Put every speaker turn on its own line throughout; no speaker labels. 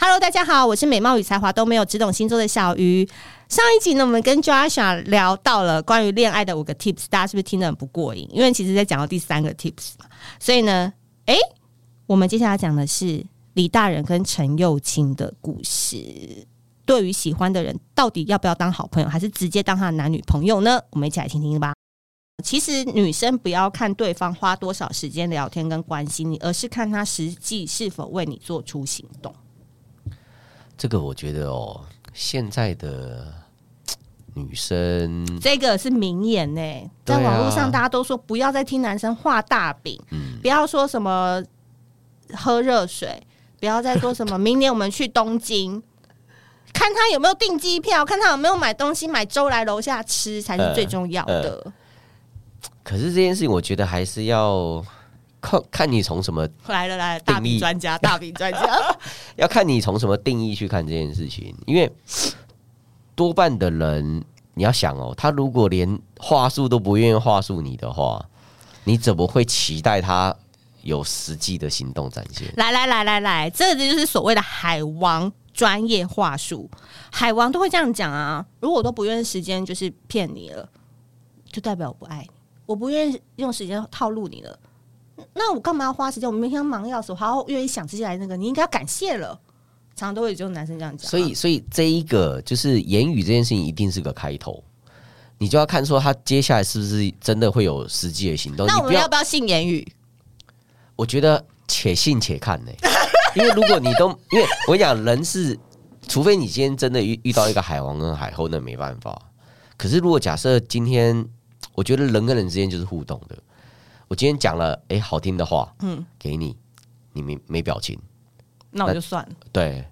Hello，大家好，我是美貌与才华都没有，只懂星座的小鱼。上一集呢，我们跟 Joshua 聊到了关于恋爱的五个 tips，大家是不是听得很不过瘾？因为其实在讲到第三个 tips 嘛，所以呢，诶，我们接下来讲的是李大人跟陈幼卿的故事。对于喜欢的人，到底要不要当好朋友，还是直接当他的男女朋友呢？我们一起来听听吧。其实女生不要看对方花多少时间聊天跟关心你，而是看他实际是否为你做出行动。
这个我觉得哦，现在的女生，
这个是名言呢、
对
在
啊
网络上大家都说不要再听男生画大饼，
嗯，
不要说什么喝热水，不要再说什么明年我们去东京， 看他有没有订机票，看他有没有买东西买粥来楼下吃才
呃
是最重要的。
可是这件事情我觉得还是要看看你从什么，
来了来了，大
定
饼
义
专家，大饼专家，
要看你从什么定义去看这件事情，因为多半的人，你要想哦，他如果连话术都不愿意话术你的话，你怎么会期待他有实际的行动展现？
来来来来来，这个就是所谓的海王专业话术，海王都会这样讲啊。如果我都不愿意时间就是骗你了，就代表我不爱你，我不愿意用时间套路你了。那我干嘛要花时间？我明天忙得要死，我还要愿意想这些来那个，你应该要感谢了。常常都会有这种男生这样讲啊、
所以，所以这一个就是言语这件事情，一定是个开头。你就要看说他接下来是不是真的会有实际的行动。
那
你
我
不
们要
要，
不要信言语？
我觉得且信且看呢、因为如 果你都，因为我跟你讲人是，除非你今天真的遇遇到一个海王跟海后，那没办法。可是如果假设今天，我觉得人跟人之间就是互动的。我今天讲了哎、诶好听的话，
嗯
嗯，给你，你没没表情，
那我就算了。
对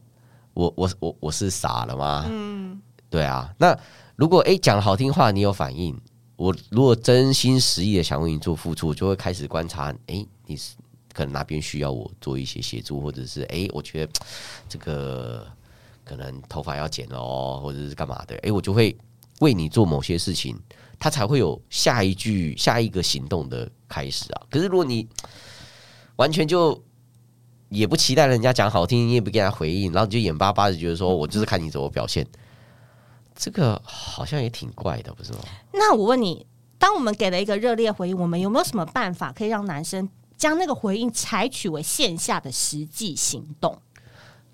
我我我我是傻了吗？嗯，对啊。那如果诶讲、好听话，你有反应，我如果真心实意的想为你做付出，我就会开始观察，诶、你是可能哪边需要我做一些协助，或者是诶、我觉得嘖这个可能头发要剪哦，或者是干嘛的，诶、我就会为你做某些事情，他才会有下一句下一个行动的开始啊。可是如果你嘖完全就也不期待人家讲好听，你也不给他回应，然后你就眼巴巴的觉得说我就是看你怎么表现，这个好像也挺怪的，不是吗？
那我问你，当我们给了一个热烈回应，我们有没有什么办法可以让男生将那个回应采取为线下的实际行动？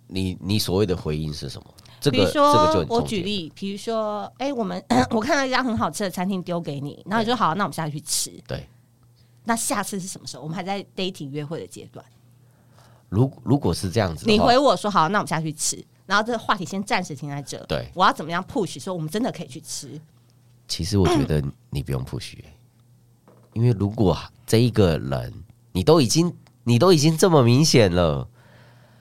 你你所谓的回应是什么？这
比如
个这
说，
个就很
我
重
举
点。
例，比如说，哎、我们 我看到一家很好吃的餐厅丢给你，然后你说好，那我们下次去吃。
对，
那下次是什么时候？我们还在 dating 约会的阶段。
如如果是这样子的
你
话，
回我说好，那我们下去吃。然后这个话题先暂时停在这。
对
我要怎么样 push 说我们真的可以去吃？
其实我觉得你不用 push，、欸、因为如果这一个人你都已经你都已经这么明显了，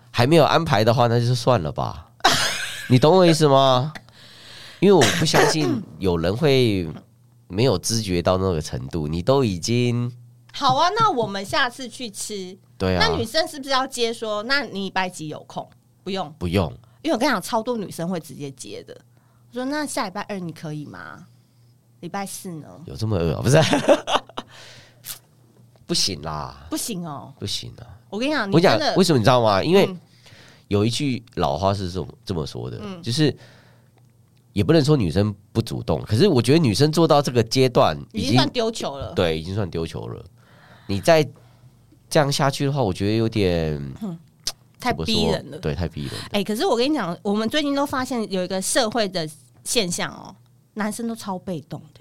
还没有安排的话，那就算了吧。 你懂我意思吗？因为我不相信有人会没有知觉到那个程度。你都已经
好啊，那我们下次去吃。
对啊
那，女生是不是要接说？那你礼拜几有空？不用，
不用
因为我跟你讲，超多女生会直接接的。我说那下礼拜二你可以吗？礼拜四呢？
有这么恶、啊，不是？ 不行啦，
不行哦，
不行啊！
我跟你讲，你
我讲
真的
为什么你知道吗？因为
嗯
有一句老话是这么这么说的，就是也不能说女生不主动，可是我觉得女生做到这个阶段
已
已
经
经
算丢球了。
对已经算丢球了。你再这样下去的话，我觉得有点
太
怎么
逼
说
人了。
对，太逼人了。
哎、可是我跟你讲，我们最近都发现有一个社会的现象哦，男生都超被动的。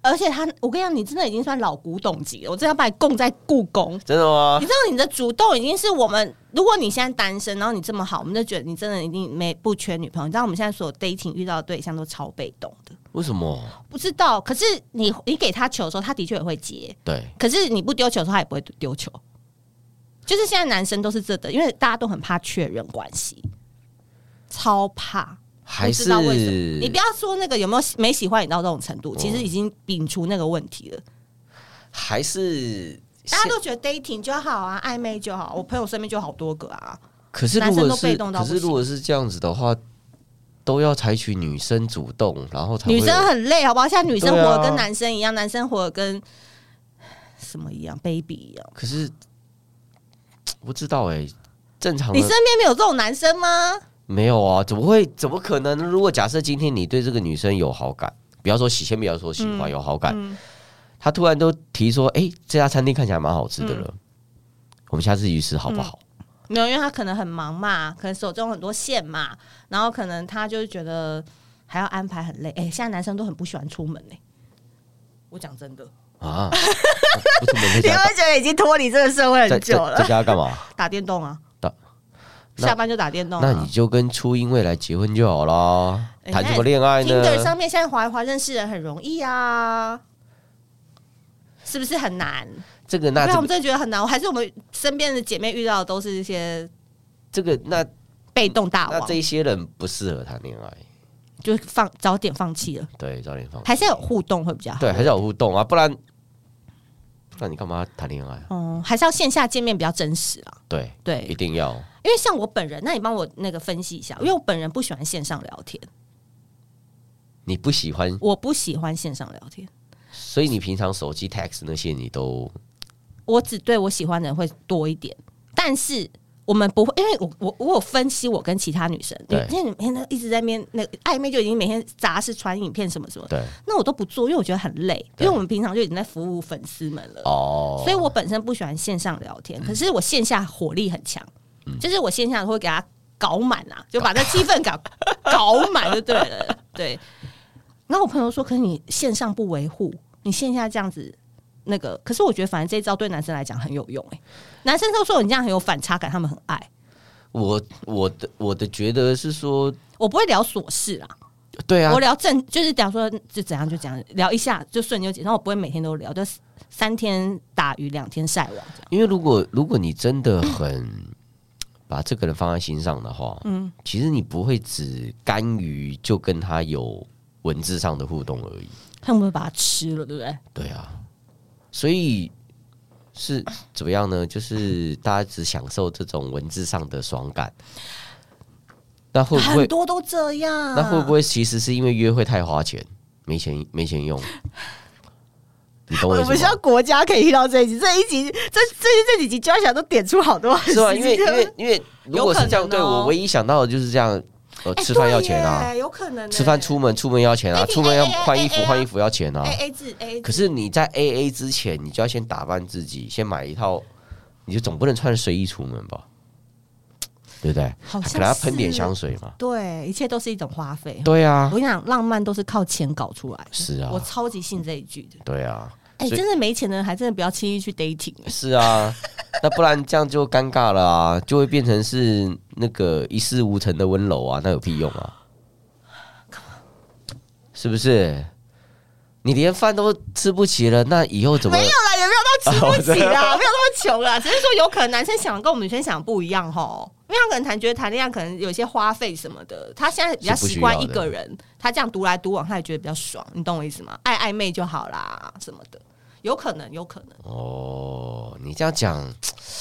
而且他，我跟你讲，你真的已经算老古董级了。我真的要把你供在故宫，
真的吗
你？知道你的主动已经是我们，如果你现在单身，然后你这么好，我们就觉得你真的一定没不缺女朋友。你知道我们现在所有 dating 遇到的对象都超被动的，
为什么？
不知道。可是你你给他球的时候，他的确也会接。
对，
可是你不丢球的时候，他也不会丢球。就是现在男生都是这的，因为大家都很怕确认关系，超怕。
还
不
是哦
知道为什么你不要说那个有没有没喜欢你到这种程度，其实已经摒除那个问题了。
还是
大家
现
都觉得 dating 就好啊，暧昧就好。我朋友身边就好多个啊，
可是如
男生
果
都被
是
动到
可
不行
是如果是这样子的话，都要采取女生主动，然后才会
女生
有
很累，好不好？现在女生活
对啊
得跟男生一样，男生活得跟什么一样，baby 一样。
可是我不知道哎、正常
你身
的
边没有这种男生吗？
没有啊？怎么会？怎么可能？如果假设今天你对这个女生有好感，不要说喜，先不要说喜
嗯
欢，有好感，她突然都提说，哎、这家餐厅看起来蛮好吃的了，
嗯
我们下次去吃好不好？
没有，因为他可能很忙嘛，可能手中很多线嘛，然后可能他就是觉得还要安排很累。哎、现在男生都很不喜欢出门欸呢、我讲真的，
啊？不 出门在
嗯你会
家
不会觉得已经脱离这个社会
在
很久
在在
了？
家干嘛？
打电动啊，
打那
下班就打电动、
那
啊。
你就跟初音未来结婚就好啦，
哎
谈什么恋爱
Tinder 上
呢？
面现在滑一滑认识人很容易啊，是不是很难？
这个
不
那
然我
这
们
个
真的觉得很难。我还是我们身边的姐妹遇到的都是一些
这个那
被动大
那
王
这，一些人不适合谈恋爱，
就放早点放弃了，
对，早点放弃。
还是要有互动会比 较好。
对，还是要有互动啊，不然不然你干嘛谈恋爱啊？
哦、还是要线下见面比较真实啊。
对，
对，
一定要
因为像我本人，那你帮我那个分析一下，因为我本人不喜欢线上聊天，
你不喜欢，
我不喜欢线上聊天，
所以你平常手机 text 那些你都
我只对我喜欢的人会多一点，但是。我们不会，因为我我我有分析我跟其他女生，
对
因为你每天都一直在面那个暧昧，就已经每天杂事传影片什么什么，
对
那我都不做，因为我觉得很累，因
对
为我们平常就已经在服务粉丝们了。
哦，嗯
所以我本身不喜欢线上聊天，可是我线下火力很强，就是我线下会给他搞满啊，就把那气氛搞 搞满就对了。对。然后我朋友说：“可是你线上不维护，你线下这样子那个，可是我觉得反正这一招对男生来讲很有用哎、男生都说你这样很有反差感，他们很爱。
我我的我的觉得是说，
我不会聊琐事啊，
对啊
我，聊正就是讲说就怎样就怎样聊一下就瞬间就解，然后我不会每天都聊，就三天打鱼两天晒网这样。
因为如果如果你真的很把这个人放在心上的话，嗯，其实你不会只甘于就跟他有文字上的互动而已。
看我们把它吃了，对不对？
对啊，所以是怎么样呢？就是大家只享受这种文字上的爽感，那会不
很
会？
多啊都这样。
那会不？会其实是因为约会太花钱，没钱没钱用？你懂我意
我
思
们希望
吗？
国家可以听到这一集，这一集这最近这几集就要想都点出好多很
是吧？因
实
为
际
因
的
为因为如果是这样，
有可能哦
对我唯一想到的就是这样，呃，
哎
吃饭要钱啊
对，耶有可能欸
吃饭出门出门要钱啊，
哎
出门要
哎哎
换衣
哎
服
哎
换衣服要钱啊。
A A 制 A，
可是你在 A A 之前，你就要先打扮自己，先买一套，你就总不能穿随意出门吧？对不对？
好像
可能要喷点
是
香水嘛。
对，一切都是一种花费。
对
我
啊，
跟你讲，浪漫都是靠钱搞出来的。
是啊
我超级信这一句的。
对啊，
哎，
所以
真的没钱的人还真的不要轻易去 dating。
是啊。那不然这样就尴尬了啊，就会变成是那个一事无成的温柔啊，那有屁用啊？是不是？你连饭都吃不起了，那以后怎么？
没有啦，也 没有到吃不起啦，没有那么穷啦，只是说有可能男生想的跟我们女生想的不一样吼，因为他可能谈觉得谈恋爱可能有一些花费什么的，他现在比较习惯一个人，他这样独来独往，他也觉得比较爽，你懂我意思吗？爱暧昧就好啦，什么的。有可能，有可能，
哦，你这样讲，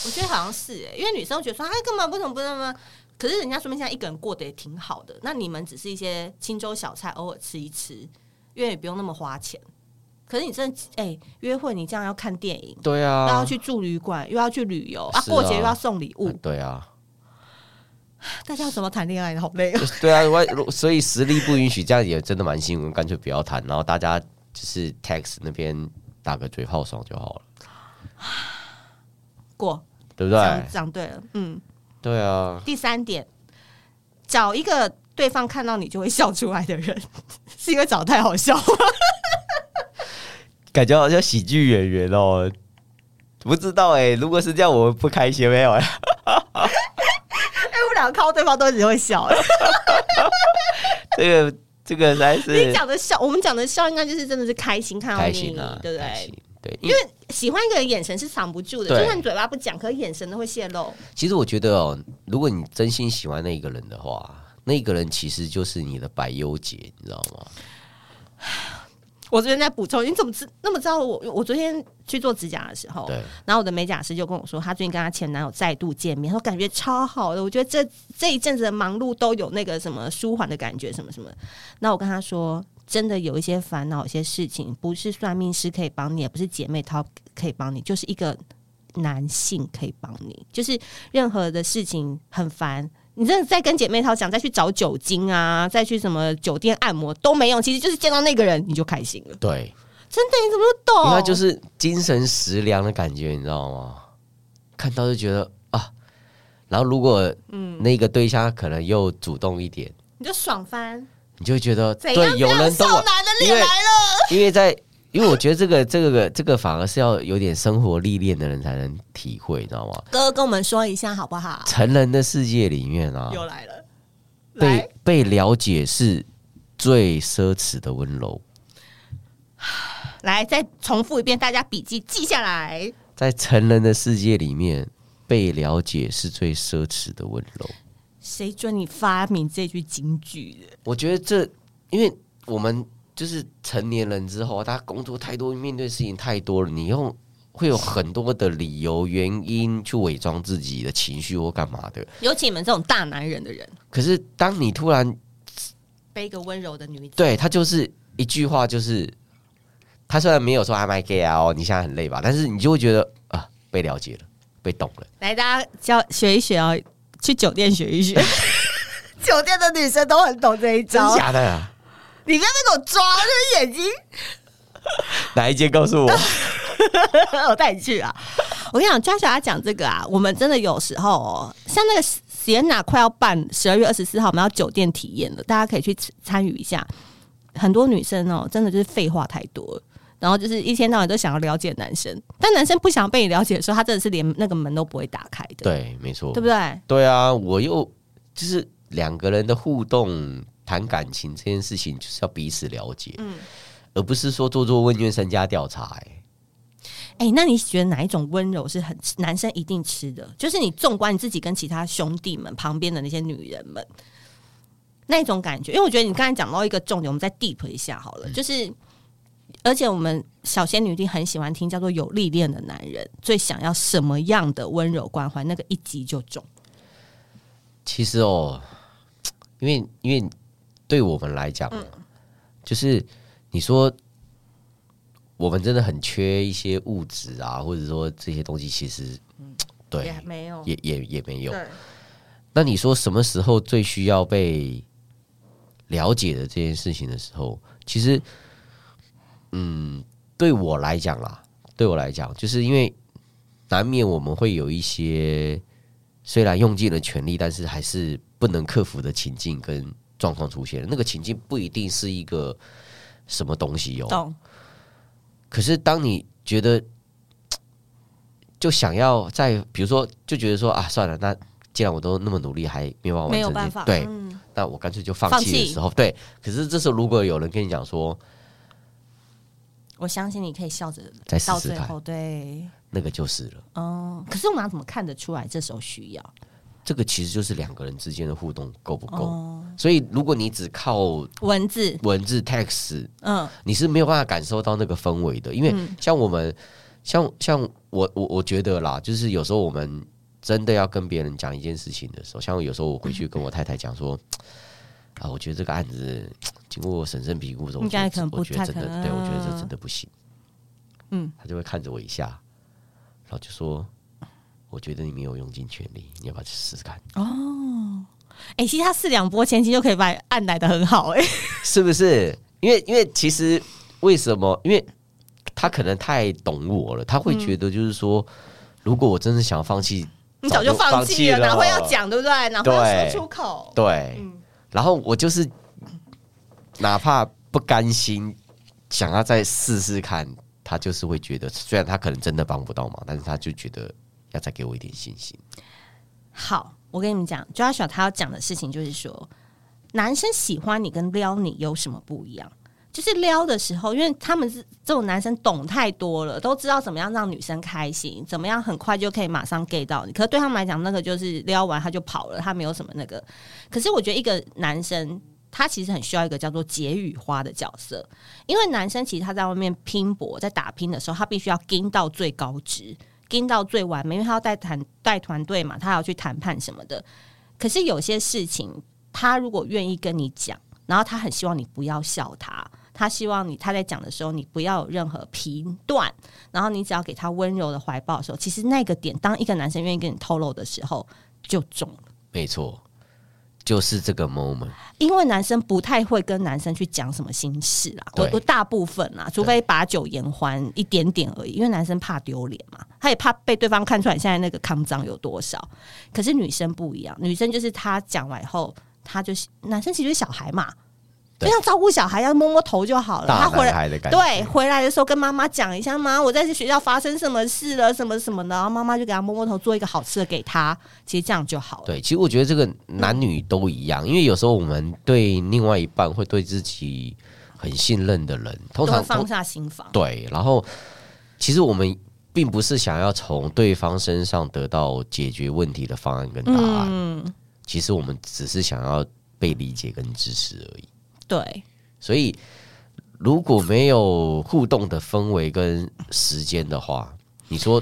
我觉得好像是哎、因为女生会觉得说，哎，干嘛不怎么不怎么，可是人家说明现在一个人过得也挺好的，那你们只是一些清粥小菜，偶尔吃一吃，因为也不用那么花钱。可是你真的哎、约会你这样要看电影，
对啊，
又要去住旅馆，又要去旅游啊，
是啊
过节又要送礼物
啊，对啊，
大家要怎么谈恋爱呢？好累哦。
对啊，我如所以实力不允许，这样也真的蛮辛苦，干脆不要谈，然后大家就是 tax 那边打个嘴炮爽就好了，
过
对不对
讲？讲对了，嗯。
对啊，
第三点，找一个对方看到你就会笑出来的人， 是 因为长得太好笑吗？
感觉好像喜剧演员哦，不知道哎、如果是这样，我不开心没有、啊
欸哎、我们两个看到对方都只会笑、哎
这个这个实在
你
是
讲的笑，我们讲的笑，应该就是真的是开心看到
开
你，
心啊，
对不
开
对
心？？对，因
因
为
为喜欢一个人眼神是藏不住的，
对
就算嘴巴不讲，可是眼神都会泄露。
其实我觉得哦，如果你真心喜欢那一个人的话，那个人其实就是你的百忧解，你知道吗？
我昨天在补充，你怎么知那么知道我？我昨天去做指甲的时候，
对，
然后我的美甲师就跟我说，他最近跟他前男友再度见面，说感觉超好的。我觉得这这一阵子的忙碌都有那个什么舒缓的感觉，什么什么的。那我跟他说，真的有一些烦恼，有些事情不是算命师可以帮你，也不是姐妹淘可以帮你，就是一个男性可以帮你，就是任何的事情很烦。你真的再跟姐妹淘讲，再去找酒精啊，再去什么酒店按摩都没用，其实就是见到那个人你就开心了。
对，
真的，你怎么都懂？
因为他就是精神食粮的感觉，你知道吗？看到就觉得啊，然后如果那个对象可能又主动一点，
你就爽翻。
你就会觉得
怎样？
对，有人
少
懂我，
男的
因
脸
为
来了，
因为在，因为我觉得这个这个这个反而是要有点生活历练的人才能体会，你知道吗？
哥跟我们说一下好不好？
成人的世界里面啊，
又来了，来
被，被了解是最奢侈的温柔。
来，再重复一遍，大家笔记记下来。
在成人的世界里面，被了解是最奢侈的温柔。
谁准你发明这句金句的？
我觉得这，因为我们就是成年人之后，大家工作太多，面对事情太多了，你用会有很多的理由、原因去伪装自己的情绪或干嘛的。
尤其你们这种大男人的人，
可是当你突然
背一个温柔的女子，
对他就是一句话，就是他虽然没有说 “I'm gay 啊”哦，你现在很累吧，但是你就会觉得啊，被了解了，被懂了。
来，大家教学一学哦，去酒店学一学。 酒店的女生都很懂这一
真
招，
假的、啊？
你不要被我抓，这眼睛
哪一间告诉我？
我带你去啊！我跟你讲，j o 他讲这个啊，我们真的有时候、哦、像那个 Sienna 快要办十二月二十四号我们要酒店体验了，大家可以去参与一下。很多女生哦，真的就是废话太多了，然后就是一天到晚都想要了解男生，但男生不想被你了解的时候，他真的是连那个门都不会打开的，
对，没错，
对不对？
对啊，我又就是两个人的互动、谈感情这件事情，就是要彼此了解，嗯而不是说做做问卷、身家调查、欸。
哎，那你觉得哪一种温柔是很男生一定吃的？就是你纵观你自己跟其他兄弟们旁边的那些女人们，那一种感觉。因为我觉得你刚才讲到一个重点，我们再 deep 一下好
嗯
了，就是。而且我们小仙女一定很喜欢听叫做“有历练的男人最想要什么样的温柔关怀”，那个一击就中。
其实哦，因为因为对我们来讲，啊就是你说我们真的很缺一些物质啊，或者说这些东西，其实对
没有
也也也没有。那你说什么时候最需要被了解的这件事情的时候，其实，嗯，对我来讲啦，对我来讲，就是因为难免我们会有一些虽然用尽了全力，但是还是不能克服的情境跟状况出现了。那个情境不一定是一个什么东西哦，
懂
可是当你觉得就想要在，比如说就觉得说啊，算了，那既然我都那么努力，还没有办法完成
没有
这
办法嗯
对，那我干脆就放
放
弃的
弃
时候，对。可是这时候如果有人跟你讲说，
我相信你可以笑着
再试试
到最
看
后，对
那个就是了，
哦。可是我们要怎么看得出来这时候需要？
这个其实就是两个人之间的互动够不够。
哦
所以如果你只靠
文字，
文字 text，
嗯，
你是没有办法感受到那个氛围的，因为像我们，像像我我我觉得啦，就是有时候我们真的要跟别人讲一件事情的时候，像有时候我回去跟我太太讲说，啊，我觉得这个案子经过审慎评估之后，
应该
我觉
可
得
能不
我觉得
太
真
可能啊
的，对我觉得这真的不行。
嗯，
他就会看着我一下，然后就说。我觉得你没有用尽全力，你要不要去试试看？
哎、其实他四两拨千斤就可以把按来的很好、哎，
是不是？因为因为其实为什么？因为他可能太懂我了，他会觉得就是说，如果我真的想放弃，
你早就放弃了，
了，
哪会要？讲，对不对？哪会要说出口？
对，然后我就是哪怕不甘心，想要再试试看，他就是会觉得，虽然他可能真的帮不到忙，但是他就觉得要再给我一点信心。
好，我跟你们讲，Joshua 他要讲的事情就是说，男生喜欢你跟撩你有什么不一样？就是撩的时候，因为他们是这种男生懂太多了，都知道怎么样让女生开心，怎么样很快就可以马上 get 到你。可是对他们来讲，那个就是撩完他就跑了，他没有什么那个。可是我觉得一个男生。他其实很需要一个叫做解语花的角色，因为男生其实他在外面拼搏、在打拼的时候，他必须要盯到最高值，盯到最完美，因为他要带团带团队嘛，他要去谈判什么的。可是有些事情，他如果愿意跟你讲，然后他很希望你不要笑他，他希望你他在讲的时候，你不要有任何评断，然后你只要给他温柔的怀抱的时候，其实那个点，当一个男生愿意跟你透露的时候，就中了。
没错，就是这个 moment。
因为男生不太会跟男生去讲什么心事啦，我
对
我大部分啦，除非把酒言欢一点点而已，因为男生怕丢脸嘛，他也怕被对方看出来你现在那个康张有多少。可是女生不一样，女生就是她讲完以后，她就是男生其实就是小孩嘛，就
对
像照顾小孩一样摸摸头就好了。
大
他回
男
来
孩的感觉，
对，回来的时候跟妈妈讲一下，妈，我在这学校发生什么事了，什么什么的，然后妈妈就给他摸摸头，做一个好吃的给他，其实这样就好了。
对，其实我觉得这个男女都一样，因为有时候我们对另外一半会对自己很信任的人，通
都会
常
放
通
下心房。
对，然后其实我们并不是想要从对方身上得到解决问题的方案跟答案，
嗯
其实我们只是想要被理解跟支持而已。
对，
所以如果没有互动的氛围跟时间的话，你说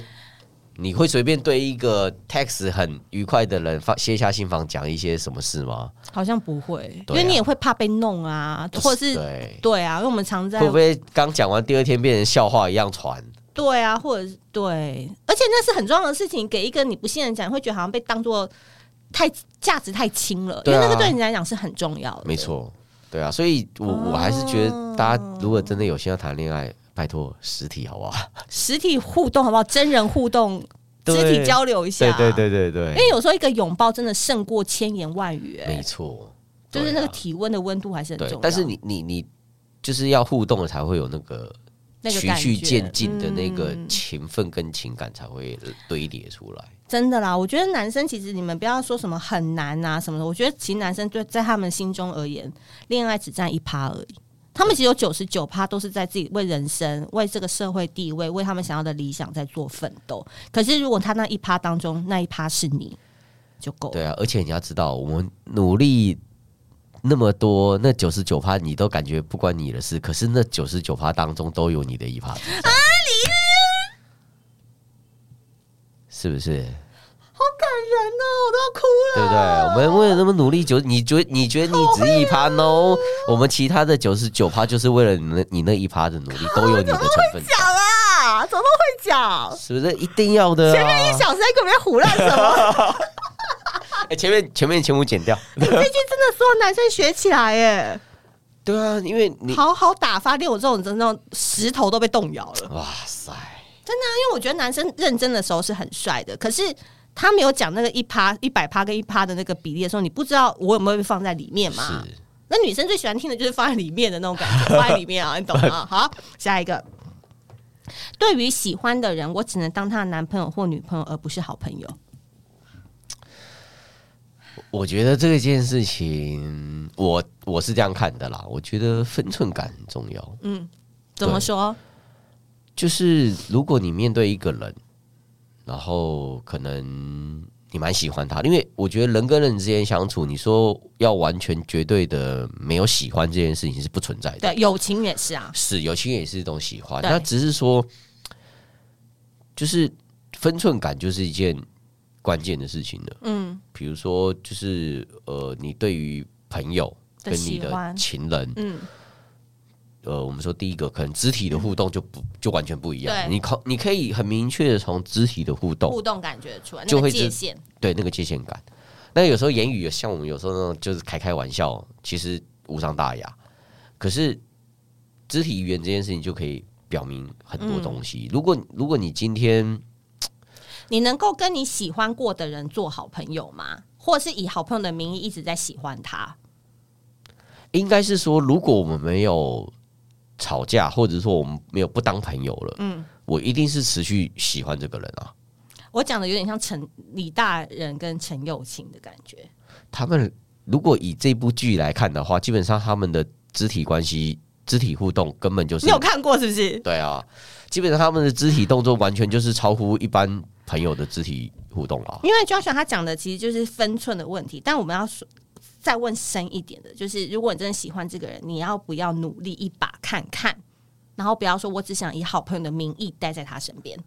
你会随便对一个 text 很愉快的人放卸下心房讲一些什么事吗？
好像不会，因
对啊
为你也会怕被弄啊，或是
对，
对啊，因为我们常在
会不会刚讲完第二天变成笑话一样传？
对啊，或者是对，而且那是很重要的事情，给一个你不信任的人讲，会觉得好像被当做太价值太轻了，因
对
为
啊
那个对你来讲是很重要的，
没。错，对啊，所以我
哦
我还是觉得大家如果真的有心要谈恋爱，拜托实体好不 好？
实体互动好不好？真人互动，
对
肢体交流一下，哎
对对。对对对
因，为有时候一个拥抱真的胜过千言万语、哎
没错，
就是那
对
个
啊
体温的温度还是很重
对
要。，
但是你你你就是要互动了才会有那个
那个
循
感
序
觉
渐进的那个
嗯
情分跟情感才会堆叠出来。
真的啦，我觉得男生其实你们不要说什么很难啊什么的，我觉得其实男生对在他们心中而言，恋爱只占一趴而已。他们其实有九十九趴都是在自己为人生、为这个社会地位、为他们想要的理想在做奋斗。可是如果他那一趴当中那一趴是你，就够了。
对啊，而且你要知道，我们努力那么多，那九十九趴你都感觉不关你的事，可是那九十九趴当中都有你的一趴存
啊
在。是不是？
好感人哦，我都要哭
对不对？我们为了那么努力，九你觉你觉得你只一趴 no，我们其他的九十九趴就是为了你那你那一趴的努力，都有你的成分在，
讲啊，怎么会讲？
是不是？一定要的、啊。前面
小时在跟别人胡乱什么？
哎前面前面前五剪掉。
你最近真的所有男生学起来耶，
对啊，因为你
好好打发，连我这种真的石头都被动摇了。
哇塞，
因为我觉得男生认真的时候是很帅的，可是他没有讲那个一趴、一百趴跟一趴的那个比例的时候，你不知道我有没有被放在里面嘛？
是
那女生最喜欢听的就是放在里面的那种感觉，放在里面啊，你懂吗？好，下一个。对于喜欢的人，我只能当他的男朋友或女朋友，而不是好朋友。
我觉得这件事情，我我是这样看的啦。我觉得分寸感很重要，
怎么说？
就是如果你面对一个人，然后可能你蛮喜欢他，因为我觉得人跟人之间相处，你说要完全绝对的没有喜欢这件事情是不存在的。
对，友情也是啊，
是友情也是一种喜欢，
对
那只是说，就是分寸感就是一件关键的事情了。
嗯，
比如说，就是呃，你对于朋友
的
跟你
喜
的
欢
情人，
嗯，
呃，我们说第一个可能肢体的互动就不就完全不一
对
样。你靠，你可以很明确的从肢体的互动
互动感觉出来，那
就
个
会
界
知
限
对那个界限感。那有时候言语啊像我们有时候那种就是开开玩笑，其实无伤大雅。可是肢体语言这件事情就可以表明很多东
嗯
西。如果如果你今天
你能够跟你喜欢过的人做好朋友吗？或是以好朋友的名义一直在喜欢他？
应该是说，如果我们没有吵架，或者说我们没有不当朋友了，嗯，我一定是持续喜欢这个人啊。
我讲的有点像陈李大人跟陈幼卿的感觉，
他们如果以这部剧来看的话，基本上他们的肢体关系、肢体互动根本就是
你有看过是不是？
对啊，基本上他们的肢体动作完全就是超乎一般朋友的肢体互动啊。
因为 Joshua 他讲的其实就是分寸的问题，但我们要说再问深一点的，就是如果你真的喜欢这个人，你要不要努力一把看看？然后不要说我只想以好朋友的名义待在他身边，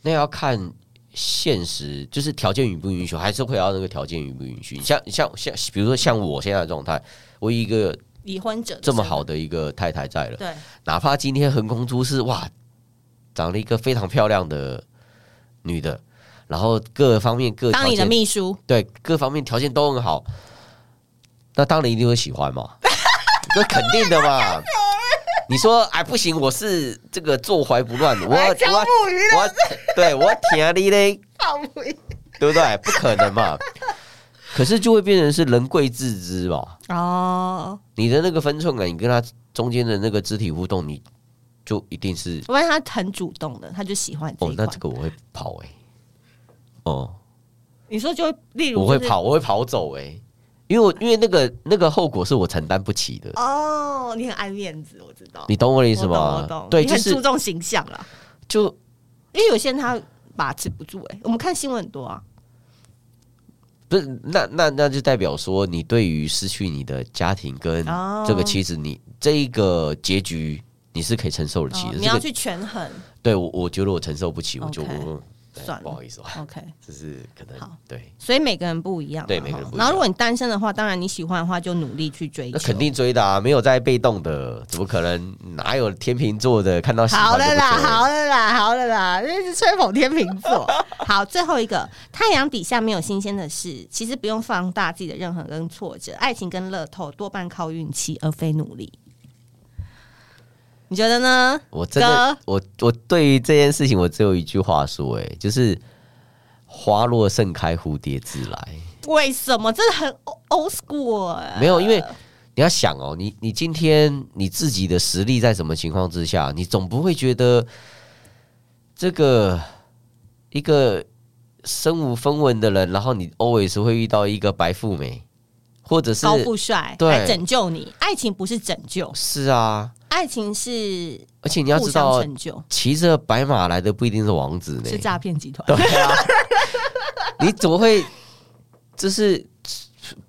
那要看现实，就是条件允不允许，还是会要那个条件允不允许。像像像，比如说像我现在的状态，我一个
离婚者的
这么
身份
好，的一个太太在了，
对，
哪怕今天横空出世，哇，长了一个非常漂亮的女的，然后各方面各
当
条
你的
件
秘书，
对各方面条件都很好，那当然一定会喜欢嘛， 这肯定的嘛。你说哎不行，我是这个坐怀不乱，我要我要我要对我要舔你嘞，对不对？不可能嘛。可是就会变成是人贵自知嘛，
哦，
你的那个分寸感，你跟他中间的那个肢体互动，你就一定是
我发现他很主动的，他就喜欢这
哦
一，
那
款。
这个我会跑哎、哦，
你说就会，例如、
我会跑，我会跑走哎、因为我因为那个那个后果是我承担不起的，
哦，你很爱面子，我知道，
你懂我的意
我
思
懂我
吗
懂？
对，
你
就
很
是
注重形象啊啦，
就
因为有些人他把持不住、欸，哎，我们看新闻很多啊，
不是那那那就代表说你对于失去你的家庭跟
哦
这个妻子，你这一个结局你是可以承受得起
哦
的。
你
这
要
个
去权衡
对我我觉得我承受不起，我就
OK
嗯对
算了
不好意思哦，
，OK。
就是可能
好
对，
所以每个人不一样嘛，啊哦
对每个人不一样
然后如果你单身的话，当然你喜欢的话就努力去追求。
那肯定追的啊，没有在被动的，怎么可能？哪有天秤座的看到喜欢
好
就
了
不
啦，
追
好了啦，好了啦，这是吹捧天秤座。 好，最后一个，太阳底下没有新鲜的事，其实不用放大自己的任何跟挫折，爱情跟乐透多半靠运气而非努力。你觉得呢？
我真的
哥，
我我对于这件事情，我只有一句话说、欸，哎，就是花落盛开，蝴蝶自来。
为什么？这很 old school 哎、
没有，因为你要想哦，你你今天你自己的实力在什么情况之下，你总不会觉得这个一个身无分文的人，然后你 always 会遇到一个白富美，或者是
高富帅
对
来拯救你，爱情不是拯救，
是啊，
爱情是
而且你要
互
知
相
道，
成就，
骑着白马来的不一定是王子呢，
是诈骗 集团。
对啊，你怎么会就是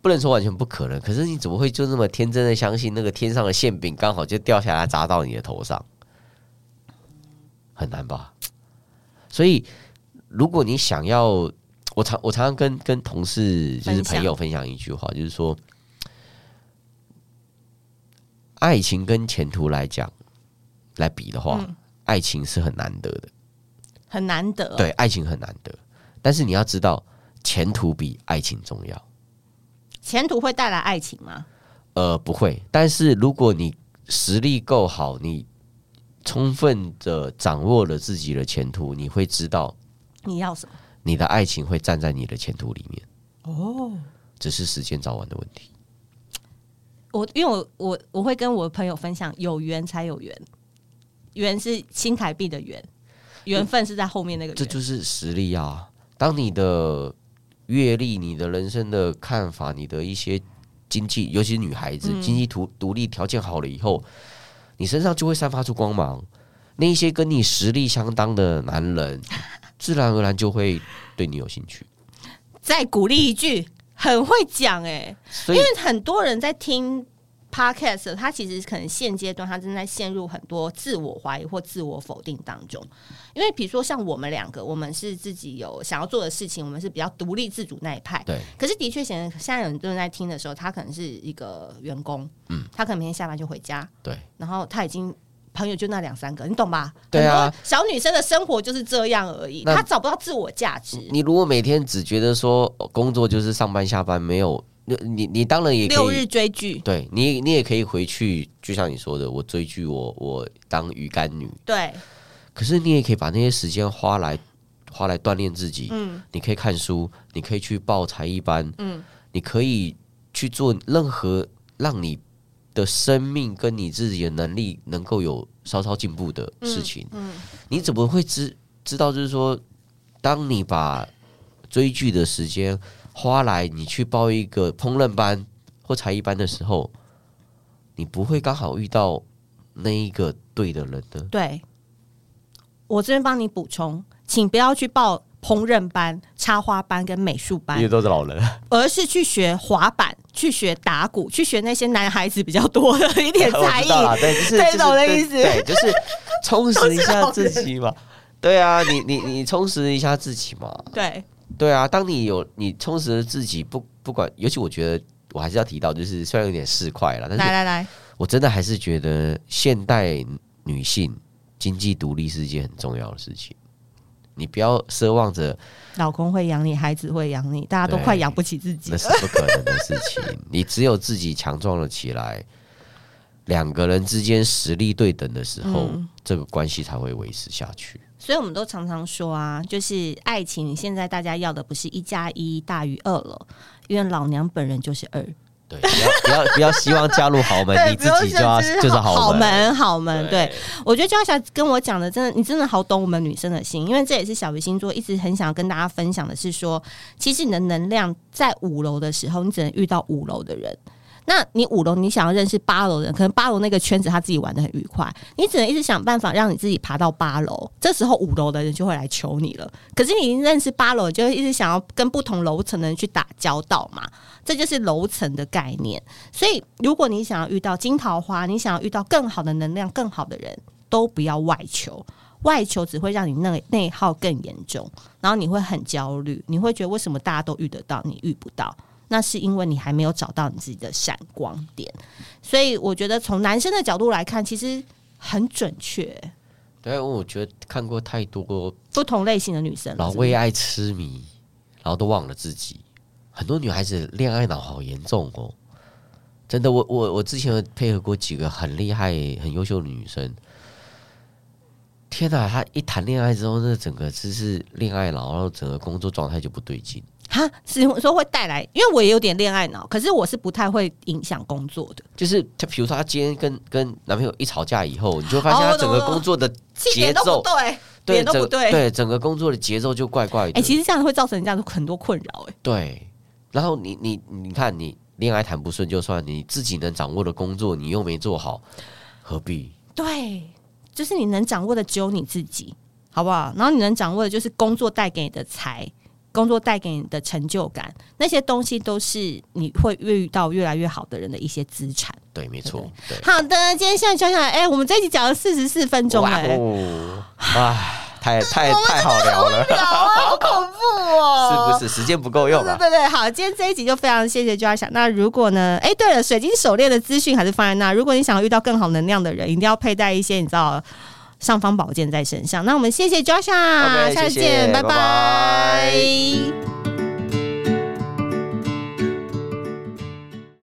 不能说完全不可能？可是你怎么会就那么天真的相信那个天上的馅饼刚好就掉下来砸到你的头上？很难吧？所以如果你想要，我常我常常跟跟同事就是
分享
朋友分享一句话，就是说，爱情跟前途来讲来比的话，爱情是很难得的。
很难得。
对，爱情很难得，但是你要知道，前途比爱情重要。
前途会带来爱情吗？
呃，不会，但是如果你实力够好，你充分的掌握了自己的前途，你会知道
你要什么？
你的爱情会站在你的前途里面。哦，只是时间早晚的问题。
我因为我我我会跟我朋友分享，有缘才有缘，缘是新台币的缘，缘分是在后面那个
这
缘。
就是实力啊！当你的阅历、你的人生的看法、你的一些经济，尤其是女孩子、
嗯
经济独独立条件好了以后，你身上就会散发出光芒。那一些跟你实力相当的男人， 自然而然就会对你有兴趣。
再鼓励一句，很会讲哎、
所以
因为很多人在听 podcast，他其实可能现阶段他正在陷入很多自我怀疑或自我否定当中。因为比如说像我们两个，我们是自己有想要做的事情，我们是比较独立自主那一派。
对，
可是的确，显然现在有很多人在听的时候，他可能是一个员工，嗯，他可能每天下班就回家，
对，
然后他已经。朋友就那两三个，你懂吧？
对啊，
小女生的生活就是这样而已，
那
她找不到自我价值。
你如果每天只觉得说哦工作就是上班下班，没有你你你当然也可以
六日追剧，
对你，你也可以回去，就像你说的，我追剧，我我当鱼竿女，
对，
可是你也可以把那些时间花来花来锻炼自己。嗯，你可以看书，你可以去报才艺班，嗯，你可以去做任何让你的生命跟你自己的能力能够有稍稍进步的事情。嗯，你怎么会知知道？就是说，当你把追剧的时间花来你去报一个烹饪班，或才艺班的时候，你不会刚好遇到那一个对的人的。
对，我这边帮你补充，请不要去报烹饪班、插花班跟美术班，
都是老人，
而是去学滑板、去学打鼓、去学那些男孩子比较多的一点才
我
艺
知。道啦对，就是
对
就是
懂我的
对
意思
对，就是充实一下
都是老
自
人
己嘛。对啊，你你你充实一下自己嘛。
对，
对啊，当你有你充实了自己，不不管，尤其我觉得我还是要提到，就是虽然有点市侩了，但
来
是
来来，
我真的还是觉得现代女性经济独立是一件很重要的事情。你不要奢望着
老公会养你，孩子会养你，大家都
对
快养不起自己
那
了。
是不可能的事情，你只有自己强壮了起来，两个人之间实力对等的时
嗯
候，这个关系才会维持下去。
所以我们都常常说啊，就是爱情现在大家要的不是一加一大于二了，因为老娘本人就是二。
对，不要不要不要希望加入豪门，你自己就要就是
好
豪
门好门。对，我觉得就像跟我讲的，真的，你真的好懂我们女生的心，因为这也是小鱼星座一直很想要跟大家分享的是说，其实你的能量在五楼的时候，你只能遇到五楼的人。那你五楼，你想要认识八楼的人，可能八楼那个圈子他自己玩的很愉快，你只能一直想办法让你自己爬到八楼。这时候五楼的人就会来求你了。可是你已经认识八楼，你就会一直想要跟不同楼层的人去打交道嘛，这就是楼层的概念。所以，如果你想要遇到金桃花，你想要遇到更好的能量、更好的人，都不要外求。外求只会让你内内耗更严重，然后你会很焦虑，你会觉得为什么大家都遇得到，你遇不到？那是因为你还没有找到你自己的闪光点。所以，我觉得从男生的角度来看，其实很准确。
对，我觉得看过太多
不同类型的女生了，
老啊
是不是
为爱痴迷，然后都忘了自己。很多女孩子恋爱脑好严重哦，真的，我我我之前有配合过几个很厉害、很优秀的女生。天哪、她一谈恋爱之后，那整个就是恋爱脑，然后整个工作状态就不对劲。
哈，是说会带来，因为我也有点恋爱脑，可是我是不太会影响工作的，
就是她，比如说她今天跟跟男朋友一吵架以后，你就会发现
哦
她
我
整
懂
个
了
工作的
气点
节
都不
奏，
对，点都
整
不对。
对整个工作的节奏就怪怪的。
哎、其实这样会造成人家有很多困扰、哎，
对，然后你你你看，你恋爱谈不顺就算，你自己能掌握的工作你又没做好，何必？
对，就是你能掌握的只有你自己，好不好？然后你能掌握的就是工作带给你的财，工作带给你的成就感，那些东西都是你会遇到越来越好的人的一些资产。
对，没错，对。
好的，今天现在想想，哎、我们这一集讲了四十四分钟、哎，
哦，唉， 太太太好聊了，
哦好恐怖哦！
是不是？时间不够用啊
对
了。
对对，好，今天这一集就非常谢谢就要想。那如果呢？哎，对了，水晶手链的资讯还是放在那。如果你想要遇到更好能量的人，一定要佩戴一些你知道尚方宝剑在身上。那我们谢谢 Joshua，、
OK，
下次
谢谢
见，
拜
拜
拜